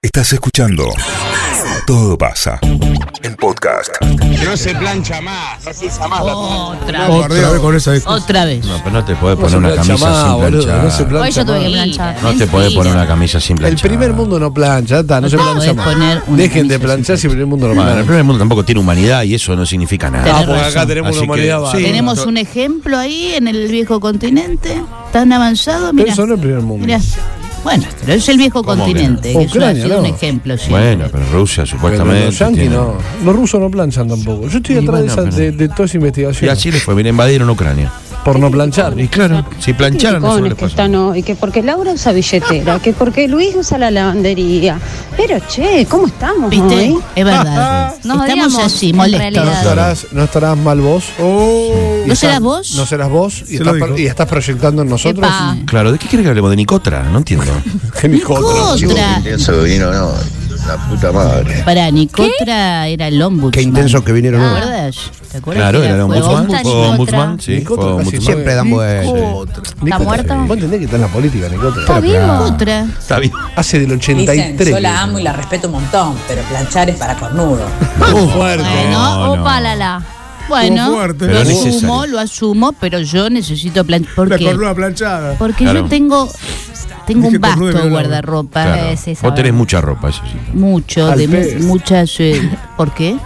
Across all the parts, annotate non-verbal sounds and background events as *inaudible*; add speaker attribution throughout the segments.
Speaker 1: Estás escuchando Todo pasa en podcast.
Speaker 2: No se plancha más. No se usa más la
Speaker 3: Otra vez.
Speaker 4: Acordé ahora con esa discusión.
Speaker 3: Otra vez.
Speaker 5: No, pero no te podés poner una camisa sin planchar.
Speaker 3: Hoy yo tuve que planchar.
Speaker 5: no te podés poner una camisa sin
Speaker 4: El
Speaker 5: planchar.
Speaker 4: primer mundo no plancha, ya está, no,
Speaker 3: No
Speaker 4: se
Speaker 3: te
Speaker 4: plancha
Speaker 3: podés
Speaker 4: más.
Speaker 3: poner una
Speaker 4: Dejen
Speaker 3: camisa
Speaker 4: de
Speaker 3: sin
Speaker 4: planchar si el primer mundo no
Speaker 5: Bueno, el
Speaker 4: plancha.
Speaker 5: primer mundo tampoco tiene humanidad y eso no significa
Speaker 4: Ah,
Speaker 5: nada.
Speaker 3: Tenés
Speaker 4: porque
Speaker 3: razón.
Speaker 4: acá tenemos
Speaker 5: Así
Speaker 4: una
Speaker 5: que-
Speaker 4: humanidad
Speaker 5: sí.
Speaker 4: baja.
Speaker 3: Tenemos un ejemplo ahí en el viejo continente, tan avanzado,
Speaker 4: Pero
Speaker 3: mira.
Speaker 4: eso no es el primer mundo.
Speaker 3: Bueno, pero es el viejo
Speaker 5: ¿Cómo que no?
Speaker 3: continente, que, eso ha
Speaker 4: Ucrania,
Speaker 3: sido un
Speaker 4: no.
Speaker 3: ejemplo, sí.
Speaker 5: Bueno, pero Rusia
Speaker 4: Pero
Speaker 5: supuestamente.
Speaker 4: los yanquis
Speaker 5: tiene-
Speaker 4: no. Los rusos no planchan tampoco. Yo estoy
Speaker 5: Y
Speaker 4: atrás de, esa-
Speaker 5: bueno,
Speaker 4: de,
Speaker 5: pero-
Speaker 4: de toda esa
Speaker 5: Y
Speaker 4: investigación.
Speaker 5: así le fue, mira, invadieron Ucrania.
Speaker 4: Por no planchar.
Speaker 5: Y claro, si plancharon no se
Speaker 6: Chicones
Speaker 5: les
Speaker 6: que
Speaker 5: pasó.
Speaker 6: están hoy, que porque Laura usa billetera, que porque Luis usa la lavandería. Pero che, ¿cómo estamos
Speaker 3: ¿Viste?
Speaker 6: hoy?
Speaker 3: Es verdad.
Speaker 7: *laughs* Nos
Speaker 3: Estamos
Speaker 7: odiamos,
Speaker 3: así,
Speaker 7: en
Speaker 3: molestos.
Speaker 4: ¿No
Speaker 7: realidad.
Speaker 4: estarás, ¿No estarás mal vos?
Speaker 8: Oh.
Speaker 4: Y
Speaker 3: ¿No
Speaker 4: estás-
Speaker 3: serás vos?
Speaker 4: ¿No serás vos? ¿Y, estás,
Speaker 9: lo dijo.
Speaker 4: y estás proyectando en nosotros?
Speaker 7: Epa.
Speaker 5: Claro, ¿de qué quiere que hablemos? De Nicotra,
Speaker 4: *laughs*
Speaker 5: no entiendo.
Speaker 4: Que ni contra.
Speaker 3: Nicotra.
Speaker 2: Intenso que vino, no. La puta madre.
Speaker 3: Para Nicotra era el ombudsman.
Speaker 10: Qué intenso que vinieron.
Speaker 3: ¿Te
Speaker 10: hoy.
Speaker 3: acuerdas? ¿Te acuerdas?
Speaker 5: Claro,
Speaker 3: que
Speaker 5: era un
Speaker 3: fue
Speaker 5: Ombudsman.
Speaker 7: Nicotra,
Speaker 5: Fue
Speaker 7: Nicotra.
Speaker 5: Ombudsman, sí, fue
Speaker 4: Nicotra casi
Speaker 5: Ombudsman.
Speaker 4: siempre
Speaker 10: Siempre dan vueltas.
Speaker 7: ¿Está muerto?
Speaker 4: Vos entendés que está en la política, Nicotra.
Speaker 7: ¿Está vivo?
Speaker 3: Ombudsman.
Speaker 5: Está bien.
Speaker 4: Hace del 83.
Speaker 8: Yo la amo y la respeto un montón, pero planchar es para cornudo.
Speaker 7: Bueno,
Speaker 5: No, no.
Speaker 7: opa la la.
Speaker 9: Estuvo
Speaker 3: Bueno,
Speaker 9: fuerte.
Speaker 3: lo
Speaker 5: Pero
Speaker 3: asumo,
Speaker 5: necesario.
Speaker 3: lo asumo, pero yo necesito planchar. ¿Por
Speaker 9: La
Speaker 3: qué?
Speaker 9: columna planchada.
Speaker 3: Porque
Speaker 5: Claro.
Speaker 3: yo tengo, tengo
Speaker 9: Dije
Speaker 3: un
Speaker 9: cornudo y
Speaker 3: vasto
Speaker 9: violador.
Speaker 3: guardarropa.
Speaker 5: Claro.
Speaker 7: Eh, sí,
Speaker 5: Vos
Speaker 7: sabe.
Speaker 5: tenés mucha ropa, eso sí.
Speaker 3: Mucho,
Speaker 4: Al
Speaker 3: de mu-
Speaker 4: pez.
Speaker 3: muchas. eh, ¿Por qué?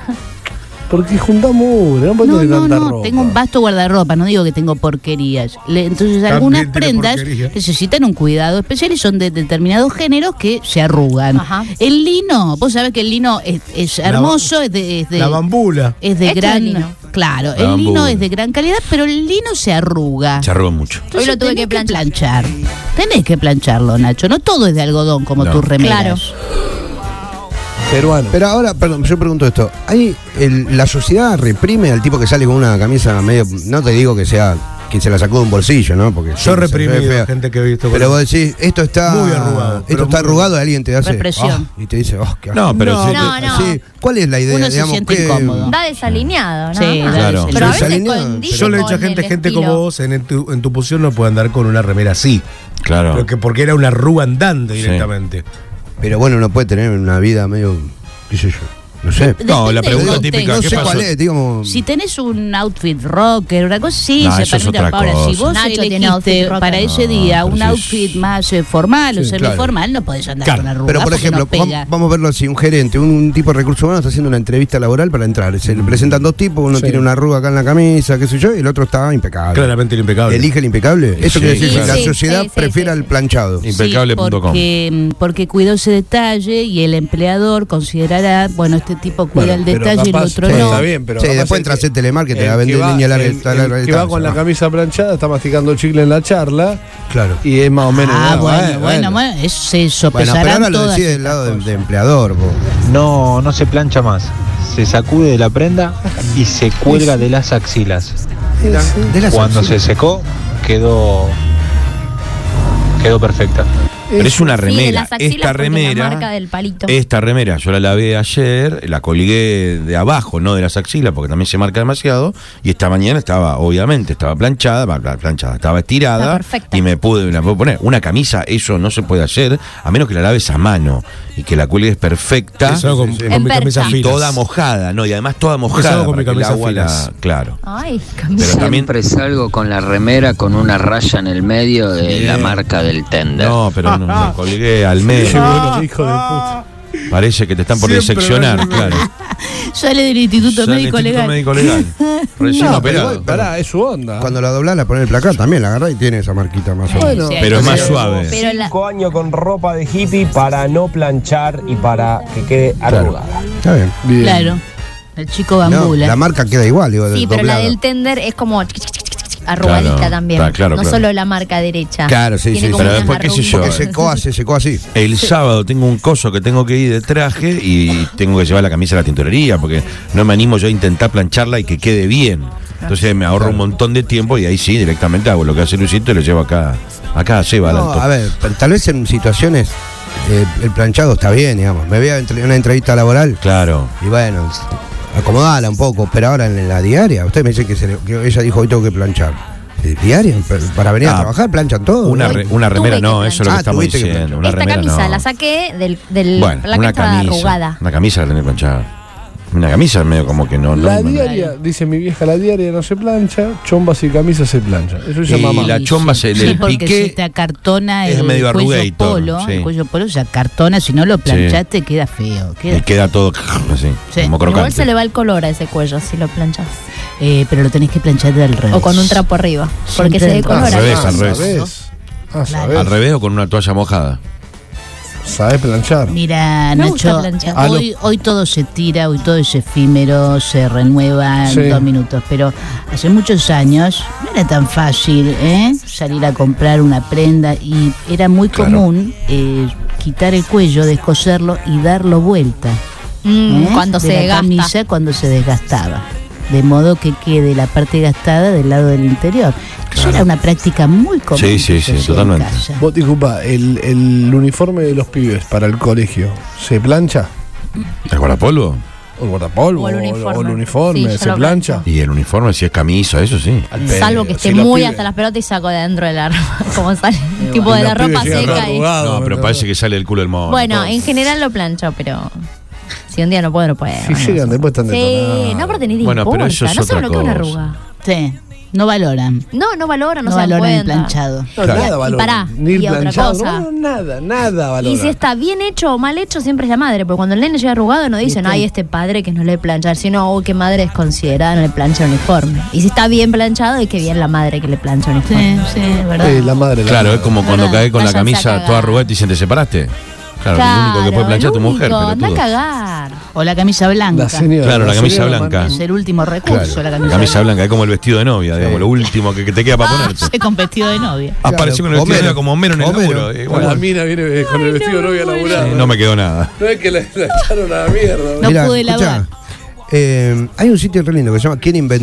Speaker 4: Porque juntamos, no podemos
Speaker 3: No,
Speaker 4: tener
Speaker 3: no,
Speaker 4: tanta
Speaker 3: no,
Speaker 4: ropa.
Speaker 3: tengo un vasto guardarropa, no digo que tengo porquerías. Le- entonces,
Speaker 9: También
Speaker 3: algunas
Speaker 9: tiene
Speaker 3: prendas
Speaker 9: porquería.
Speaker 3: necesitan un cuidado especial y son de determinados géneros que se arrugan.
Speaker 7: Ajá.
Speaker 3: El lino, vos sabés que el lino es, es hermoso, es de. es de-
Speaker 9: La bambula.
Speaker 3: es de
Speaker 7: Hecho de
Speaker 3: gran
Speaker 7: lino.
Speaker 3: claro el
Speaker 5: Bambú.
Speaker 3: lino es de gran calidad pero el lino se arruga
Speaker 7: Ah.
Speaker 5: Se arruga mucho.
Speaker 3: Entonces
Speaker 7: Hoy lo tuve
Speaker 3: tenés
Speaker 7: que planchar.
Speaker 3: tenés que plancharlo Nacho no todo es de algodón como
Speaker 5: No.
Speaker 3: tus remeras
Speaker 7: Claro.
Speaker 4: Peruano.
Speaker 10: Pero ahora, perdón, yo pregunto esto. ¿Hay el- ¿La sociedad reprime al tipo que sale con una camisa medio... No te digo que sea quien se la sacó de un bolsillo, ¿no? Porque
Speaker 9: Yo
Speaker 10: siempre se ve
Speaker 9: reprimí
Speaker 10: feo.
Speaker 9: gente que he visto. con-
Speaker 10: Pero vos decís, esto está...
Speaker 9: Muy arrugado, pero
Speaker 10: Esto está
Speaker 9: muy-
Speaker 10: arrugado y alguien te hace...
Speaker 3: Represión.
Speaker 10: "Ah", y te dice, oh, qué
Speaker 5: No, pero
Speaker 9: No,
Speaker 5: sí,
Speaker 7: no, no.
Speaker 10: Sí, ¿Cuál es la idea?
Speaker 3: Uno se
Speaker 10: digamos,
Speaker 3: siente
Speaker 10: qué-
Speaker 3: incómodo.
Speaker 7: Da desalineado, ¿no?
Speaker 3: Sí, da
Speaker 5: Claro.
Speaker 7: Pero a veces
Speaker 10: Desalineado,
Speaker 7: coincide
Speaker 9: Yo le he
Speaker 7: con
Speaker 9: dicho a gente,
Speaker 7: el
Speaker 9: gente
Speaker 7: estilo.
Speaker 9: como vos, en, en tu, en tu posición no puede andar con una remera así.
Speaker 5: claro.
Speaker 9: Pero que porque era una rúa andando directamente.
Speaker 10: Pero bueno, uno puede tener una vida medio... qué sé yo, no sé.
Speaker 5: No,
Speaker 3: Depende
Speaker 5: la
Speaker 3: del
Speaker 5: pregunta
Speaker 3: contexto.
Speaker 5: típica,
Speaker 10: No
Speaker 5: ¿qué
Speaker 10: sé
Speaker 5: pasó?
Speaker 10: cuál
Speaker 7: eh,
Speaker 10: es, digamos...
Speaker 3: Si tenés un outfit rocker, una cosa, sí,
Speaker 5: No,
Speaker 3: se
Speaker 5: eso es
Speaker 3: permite.
Speaker 5: otra
Speaker 3: Ahora,
Speaker 5: cosa.
Speaker 3: si vos
Speaker 7: Nacho tiene outfit
Speaker 3: elegiste
Speaker 7: rocker.
Speaker 3: para ese
Speaker 5: No,
Speaker 3: día
Speaker 5: pero
Speaker 3: un
Speaker 5: si es-
Speaker 3: outfit más eh, formal o
Speaker 10: Sí, claro.
Speaker 3: semiformal, no podés andar
Speaker 9: Claro.
Speaker 3: con arrugas
Speaker 10: Pero por
Speaker 3: porque
Speaker 10: ejemplo,
Speaker 3: no pega.
Speaker 10: vam- vamos a verlo así, un gerente, un, un tipo de recursos humanos está haciendo una entrevista laboral para entrar. Se le presentan dos tipos, uno
Speaker 4: Sí.
Speaker 10: tiene una arruga acá en la camisa, qué sé yo, y el otro está impecable.
Speaker 9: Claramente el impecable.
Speaker 10: Elige el impecable.
Speaker 5: Sí,
Speaker 10: Eso quiere decir que
Speaker 5: sí,
Speaker 10: la
Speaker 7: sí,
Speaker 10: sociedad
Speaker 7: sí, sí,
Speaker 10: prefiere
Speaker 7: sí,
Speaker 10: al
Speaker 7: sí.
Speaker 10: planchado.
Speaker 5: Sí. impecable.com.
Speaker 3: porque, mm, porque cuidó ese detalle y el empleador considerará, bueno, eh, este tipo cuida el
Speaker 4: Bueno, pero
Speaker 3: detalle y el
Speaker 4: capaz-
Speaker 3: otro
Speaker 4: sí,
Speaker 3: no. Ah,
Speaker 4: está bien, pero
Speaker 10: Sí,
Speaker 4: capaz
Speaker 10: después
Speaker 4: el
Speaker 10: entras
Speaker 4: que-
Speaker 10: en Telemarket, te
Speaker 4: el
Speaker 10: la
Speaker 4: que
Speaker 10: venden
Speaker 4: va-
Speaker 10: línea larga.
Speaker 4: el-
Speaker 10: está larga
Speaker 4: el que va
Speaker 10: distancia,
Speaker 4: con la
Speaker 10: ¿no?
Speaker 4: camisa planchada está masticando chicle en la charla
Speaker 10: Claro.
Speaker 4: y es más o menos.
Speaker 3: Ah,
Speaker 4: ah,
Speaker 3: bueno, bueno, bueno, eso se
Speaker 10: Bueno, pero
Speaker 3: sopesarán
Speaker 10: ahora lo
Speaker 3: todas.
Speaker 10: decís del lado del de empleador. vos.
Speaker 11: No, no se plancha más. Se sacude de la prenda y se cuelga de las axilas.
Speaker 10: De las
Speaker 11: Cuando se
Speaker 10: axilas.
Speaker 11: secó, quedó quedó perfecta.
Speaker 5: Pero es una
Speaker 7: Sí, de
Speaker 5: remera.
Speaker 7: las axilas
Speaker 5: esta
Speaker 7: porque
Speaker 5: remera.
Speaker 7: La marca del palito.
Speaker 5: Esta remera yo la lavé ayer, la colgué de abajo, no de las axilas, porque también se marca demasiado. Y esta mañana estaba, obviamente, estaba planchada, va, va, planchada, estaba
Speaker 7: Está
Speaker 5: estirada.
Speaker 7: perfecta.
Speaker 5: Y me pude, la puedo poner. Una camisa, eso no se puede hacer, a menos que la laves a mano y que la cuelgues perfecta.
Speaker 9: Eso con, con
Speaker 7: En
Speaker 9: mi camisa
Speaker 7: percha.
Speaker 5: y
Speaker 9: fina.
Speaker 5: toda mojada, no, y además toda mojada.
Speaker 9: hago con
Speaker 5: para
Speaker 9: mi
Speaker 5: que el
Speaker 9: camisa
Speaker 5: agua la-
Speaker 9: finas.
Speaker 5: Claro.
Speaker 7: Ay,
Speaker 5: Pero
Speaker 7: camisa.
Speaker 5: también.
Speaker 8: salgo con la remera con una raya en el medio de Eh, la marca del tender.
Speaker 5: No, pero no, la colgué al medio.
Speaker 2: Ah,
Speaker 4: hijo de puta.
Speaker 5: Parece que te están por
Speaker 9: Siempre
Speaker 5: diseccionar,
Speaker 9: lo mismo.
Speaker 5: claro.
Speaker 3: Sale del Instituto
Speaker 5: Sale
Speaker 3: Médico Legal.
Speaker 5: Instituto Médico Legal. Recién
Speaker 4: No, pero
Speaker 5: operado.
Speaker 4: igual, pará, es su onda.
Speaker 10: Cuando la doblás, la ponés en el placar también, la agarrás y tiene esa marquita más o menos.
Speaker 3: Sí,
Speaker 5: Pero es
Speaker 3: sí.
Speaker 5: más suave.
Speaker 7: Pero la,
Speaker 2: Cinco años con ropa de hippie para no planchar y para que quede arrugada.
Speaker 10: Está bien.
Speaker 4: Bien.
Speaker 3: Claro. El chico
Speaker 10: No,
Speaker 3: bambula.
Speaker 10: la marca queda igual, digo,
Speaker 7: sí, pero la
Speaker 10: doblada.
Speaker 7: del tender es como chic, chic, chic, chic, chic, arrugadita
Speaker 5: Claro,
Speaker 7: también.
Speaker 5: está, claro,
Speaker 7: no
Speaker 5: claro.
Speaker 7: solo la marca derecha.
Speaker 10: Claro, sí,
Speaker 7: Tiene
Speaker 10: sí,
Speaker 7: como
Speaker 10: pero
Speaker 7: unas
Speaker 5: después, qué sé yo,
Speaker 10: Porque
Speaker 7: arruguitas. *laughs*
Speaker 10: secó así, secó así.
Speaker 5: El sábado tengo un coso que tengo que ir de traje y tengo que llevar la camisa a la tintorería porque no me animo yo a intentar plancharla y que quede bien. Entonces me ahorro un montón de tiempo y ahí sí, directamente hago lo que hace Luisito y lo llevo acá. Acá lleva al
Speaker 10: No,
Speaker 5: alto.
Speaker 10: a ver, pero tal vez en situaciones eh, el planchado está bien, digamos. Me veo en una entrevista laboral
Speaker 5: Claro.
Speaker 10: y bueno, acomodala un poco, pero ahora en la diaria, usted me dice que, se le- que ella dijo hoy tengo que planchar. eh, diaria pa- para venir a
Speaker 5: Ah,
Speaker 10: trabajar, planchan todo.
Speaker 5: Una,
Speaker 10: ¿no?
Speaker 5: re- una remera
Speaker 7: que
Speaker 5: no, eso es lo que
Speaker 10: Ah,
Speaker 5: estamos
Speaker 10: tuviste que
Speaker 5: diciendo.
Speaker 10: planchar.
Speaker 5: una
Speaker 7: Esta
Speaker 5: remera
Speaker 7: camisa
Speaker 5: no.
Speaker 7: la saqué del, del
Speaker 5: bueno,
Speaker 7: la que
Speaker 5: una
Speaker 7: estaba
Speaker 5: camisa.
Speaker 7: arrugada.
Speaker 5: Una camisa la tenés planchada. Una camisa medio como que no. no
Speaker 4: La
Speaker 5: no-
Speaker 4: diaria, dice mi vieja, la diaria no se plancha, chombas y camisas se planchan. Eso
Speaker 5: Y
Speaker 4: dice mamá.
Speaker 5: la chomba se
Speaker 3: Sí,
Speaker 5: le
Speaker 3: porque si
Speaker 5: piqué.
Speaker 3: te acartona
Speaker 5: es
Speaker 3: el
Speaker 5: medio
Speaker 3: cuello
Speaker 5: arrugadito,
Speaker 3: polo,
Speaker 5: sí.
Speaker 3: el cuello polo se acartona, si no lo planchaste queda feo. queda-
Speaker 5: Y queda todo *laughs* así,
Speaker 3: Sí.
Speaker 5: como
Speaker 7: Igual se le
Speaker 5: crocante.
Speaker 7: va el color a ese cuello si lo planchas.
Speaker 3: eh, pero lo tenés que planchar del revés.
Speaker 7: O con un trapo arriba.
Speaker 3: Siempre
Speaker 7: Porque se
Speaker 3: al
Speaker 7: decolora.
Speaker 5: Al revés,
Speaker 4: Ah,
Speaker 5: al revés.
Speaker 4: sabés. Ah, sabés.
Speaker 5: Al revés o con una toalla mojada.
Speaker 4: Sabés planchar.
Speaker 3: Mira,
Speaker 7: Me gusta
Speaker 3: Nacho,
Speaker 7: planchar.
Speaker 4: Ah, no.
Speaker 3: hoy, hoy todo se tira, hoy todo es efímero, se renueva en
Speaker 4: Sí.
Speaker 3: dos minutos, pero hace muchos años no era tan fácil ¿eh? salir a comprar una prenda y era muy
Speaker 5: Claro.
Speaker 3: común eh, quitar el cuello, descoserlo y darlo vuelta.
Speaker 7: Mm,
Speaker 3: ¿eh?
Speaker 7: Cuando
Speaker 3: de
Speaker 7: se
Speaker 3: la
Speaker 7: desgasta.
Speaker 3: camisa cuando se desgastaba. De modo que quede la parte gastada del lado del interior. Eso era una práctica muy común.
Speaker 5: Sí, sí,
Speaker 3: que
Speaker 5: sí,
Speaker 3: se hacía en
Speaker 5: totalmente.
Speaker 3: casa.
Speaker 4: Vos disculpa, el, el uniforme de los pibes para el colegio, ¿se plancha?
Speaker 5: ¿El guardapolvo?
Speaker 4: ¿O el guardapolvo?
Speaker 7: O el
Speaker 4: ¿O el
Speaker 7: uniforme.
Speaker 4: uniforme?
Speaker 7: Sí, yo
Speaker 4: ¿Se
Speaker 7: lo
Speaker 4: plancha?
Speaker 5: Y el uniforme, si es camisa, eso sí.
Speaker 4: Al pe-
Speaker 7: Salvo que
Speaker 4: si
Speaker 7: esté
Speaker 4: los
Speaker 7: muy
Speaker 4: pibes-
Speaker 7: hasta las pelotas y saco de adentro *laughs* del arma. Como sale. tipo
Speaker 4: Y
Speaker 7: de la
Speaker 4: los pibes
Speaker 7: ropa
Speaker 4: llegan
Speaker 7: seca. y-
Speaker 4: arrugados,
Speaker 5: No, pero
Speaker 4: ¿no?
Speaker 5: parece que sale el culo del mono.
Speaker 7: Bueno,
Speaker 5: todo.
Speaker 7: en general lo plancho, pero. Si un día no puedo, no puedo.
Speaker 4: Si llegan, después están
Speaker 7: Sí,
Speaker 4: detonados.
Speaker 7: no, pero tenés ni
Speaker 5: Bueno, pero
Speaker 7: importa.
Speaker 5: eso es
Speaker 7: no saben
Speaker 5: otra
Speaker 7: lo que es una
Speaker 5: cosa.
Speaker 7: arruga.
Speaker 3: Sí, no valoran.
Speaker 7: No, no valora, no,
Speaker 3: No,
Speaker 7: se dan
Speaker 3: valoran el
Speaker 7: cuenta.
Speaker 3: planchado.
Speaker 4: No,
Speaker 5: Claro.
Speaker 4: Nada
Speaker 7: Y
Speaker 4: valor.
Speaker 7: pará,
Speaker 4: Ni
Speaker 7: y otra
Speaker 4: planchado.
Speaker 7: cosa.
Speaker 4: no, no, nada, nada valor.
Speaker 7: Y si está bien hecho o mal hecho, siempre es la madre, porque cuando el nene llega arrugado no dicen, ay, este padre que no le plancha, sino, oh, qué madre es considerada, no le plancha el uniforme. Y si está bien planchado, y qué bien la madre que le plancha el
Speaker 3: Sí,
Speaker 7: uniforme.
Speaker 3: sí, es verdad.
Speaker 4: Sí, la madre. la
Speaker 5: Claro,
Speaker 4: madre.
Speaker 5: es como cuando
Speaker 7: Verdad,
Speaker 5: caes con la
Speaker 7: váyanse a
Speaker 5: camisa
Speaker 7: cagar.
Speaker 5: toda arrugada y te dicen, ¿te separaste? Claro, el único que puede planchar es tu mujer,
Speaker 7: pero Anda a
Speaker 5: pelotudo.
Speaker 7: cagar.
Speaker 3: O la camisa blanca.
Speaker 4: La señora.
Speaker 5: Claro, la camisa
Speaker 4: señora
Speaker 5: blanca.
Speaker 4: manda-
Speaker 3: Es el último recurso, la
Speaker 5: La
Speaker 3: camisa.
Speaker 5: camisa blanca es como el vestido de novia, digamos, lo último que, que te queda
Speaker 7: Ah,
Speaker 5: para ponerte.
Speaker 3: Se *laughs* con vestido de novia.
Speaker 5: Apareció con el vestido de
Speaker 10: Homero.
Speaker 5: novia como Homero en el
Speaker 10: Homero.
Speaker 5: laburo. eh, bueno, eh,
Speaker 4: La mina viene eh, con el vestido de novia laburada.
Speaker 5: no me quedó nada.
Speaker 4: No es que la, la echaron a la mierda.
Speaker 3: No pude lavar.
Speaker 10: eh, hay un sitio re lindo que se llama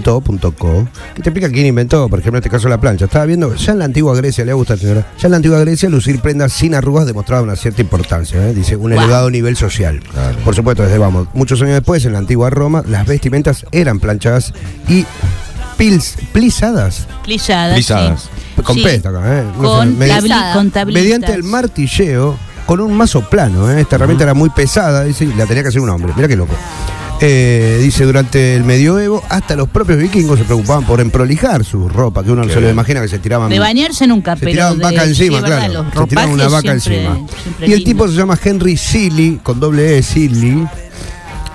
Speaker 10: quieninventó.co que te explica quién inventó, por ejemplo, en este caso la plancha. Estaba viendo, ya en la antigua Grecia, le gusta señora, ya en la antigua Grecia lucir prendas sin arrugas demostraba una cierta importancia, ¿eh? dice, un elevado nivel social. Por supuesto, desde vamos, muchos años después, en la antigua Roma, las vestimentas eran planchadas y pils- plisadas,
Speaker 3: Plisadas.
Speaker 5: Plisadas.
Speaker 3: sí.
Speaker 10: con
Speaker 3: Sí,
Speaker 10: pesta, ¿eh? No sé,
Speaker 3: Con,
Speaker 10: me-
Speaker 3: tabli- con tablitas.
Speaker 10: mediante el martilleo con un mazo plano. ¿eh? Esta herramienta era muy pesada, dice, y la tenía que hacer un hombre. Mirá qué loco. Eh, dice, durante el medioevo, hasta los propios vikingos se preocupaban por emprolijar su ropa, que uno se lo imagina que se tiraban.
Speaker 3: De bañarse nunca,
Speaker 10: se
Speaker 3: pero.
Speaker 10: tiraban
Speaker 3: de-
Speaker 10: vaca
Speaker 3: sí,
Speaker 10: encima,
Speaker 3: es verdad,
Speaker 10: claro.
Speaker 3: los
Speaker 10: Se tiraban una
Speaker 3: ropajes
Speaker 10: vaca
Speaker 3: siempre-
Speaker 10: encima.
Speaker 3: siempre
Speaker 10: Y el
Speaker 3: lindos.
Speaker 10: tipo se llama Henry Seeley, con doble E Seeley,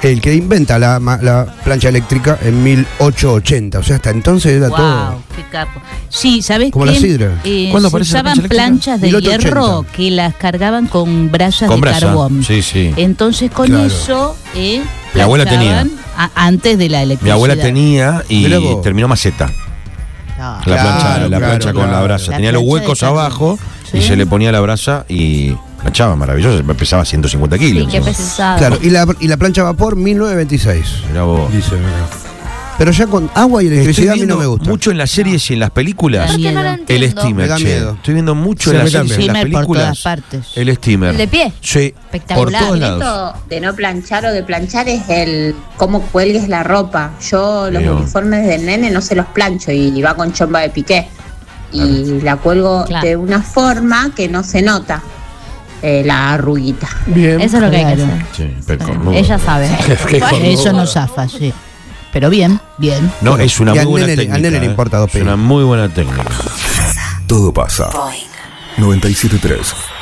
Speaker 10: el que inventa la, ma- la plancha eléctrica en 1880. O sea, hasta entonces era
Speaker 3: Wow,
Speaker 10: todo.
Speaker 3: qué capo. Sí, ¿sabés
Speaker 10: Como
Speaker 3: qué?
Speaker 10: la sidra.
Speaker 3: Eh,
Speaker 5: ¿Cuándo
Speaker 3: se
Speaker 5: aparece la
Speaker 3: usaban
Speaker 5: plancha eléctrica?
Speaker 3: planchas de
Speaker 10: 1880.
Speaker 3: hierro que las cargaban con brasas
Speaker 5: Con
Speaker 3: de
Speaker 5: brasa.
Speaker 3: carbón.
Speaker 5: Sí, sí.
Speaker 3: Entonces con
Speaker 10: Claro.
Speaker 3: eso. Eh,
Speaker 5: Mi abuela
Speaker 3: planchaban a- antes de la
Speaker 5: Mi
Speaker 3: electricidad.
Speaker 5: abuela tenía y
Speaker 10: Mirá vos.
Speaker 5: terminó maceta.
Speaker 3: No.
Speaker 5: La
Speaker 10: Claro,
Speaker 5: plancha, la
Speaker 10: claro,
Speaker 5: plancha con
Speaker 10: claro.
Speaker 5: la brasa.
Speaker 3: La
Speaker 5: tenía los
Speaker 3: plancha de
Speaker 5: huecos
Speaker 3: carbón.
Speaker 5: abajo y
Speaker 3: Sí.
Speaker 5: se le ponía la brasa y planchaba, maravilloso. Pesaba 150 kilos.
Speaker 7: Sí, qué
Speaker 5: ¿no?
Speaker 7: pesado.
Speaker 10: Claro, y la, y la plancha a vapor 1926.
Speaker 5: Mirá vos.
Speaker 10: Dice, mira. Pero ya con agua y
Speaker 5: Estoy
Speaker 10: electricidad a mí no
Speaker 5: viendo
Speaker 10: me gusta.
Speaker 5: mucho en las series y en las películas
Speaker 7: Yo que no lo
Speaker 3: El
Speaker 5: el
Speaker 7: entiendo.
Speaker 5: steamer.
Speaker 10: Me da
Speaker 5: che.
Speaker 10: miedo.
Speaker 5: Estoy viendo mucho
Speaker 10: Sí,
Speaker 5: en
Speaker 10: a
Speaker 5: las
Speaker 10: mí
Speaker 5: series y en las
Speaker 3: Steamer por
Speaker 5: películas.
Speaker 3: todas partes.
Speaker 5: El steamer.
Speaker 7: ¿El de pie?
Speaker 5: Sí, por
Speaker 7: Espectacular.
Speaker 5: todos
Speaker 7: Esto-
Speaker 5: lados.
Speaker 6: de no planchar o de planchar es el cómo cuelgues la ropa. Yo los
Speaker 5: Bien.
Speaker 6: uniformes del nene no se los plancho y va con chomba de piqué. Y la cuelgo
Speaker 7: Claro.
Speaker 6: de una forma que no se nota eh, la arruguita.
Speaker 4: Bien.
Speaker 7: Eso es lo que hay que
Speaker 3: Claro.
Speaker 7: hacer.
Speaker 5: Sí, pero con-
Speaker 7: Ella sabe.
Speaker 5: *laughs*
Speaker 4: Qué cornudo.
Speaker 3: Eso no zafa, sí. Pero bien, bien.
Speaker 5: No, es una
Speaker 10: Y
Speaker 5: muy
Speaker 10: al
Speaker 5: buena
Speaker 10: nene- al
Speaker 5: técnica.
Speaker 10: nene le
Speaker 5: eh.
Speaker 10: importa dos
Speaker 5: Es una
Speaker 10: pelos.
Speaker 5: muy buena técnica.
Speaker 1: Todo pasa. 973.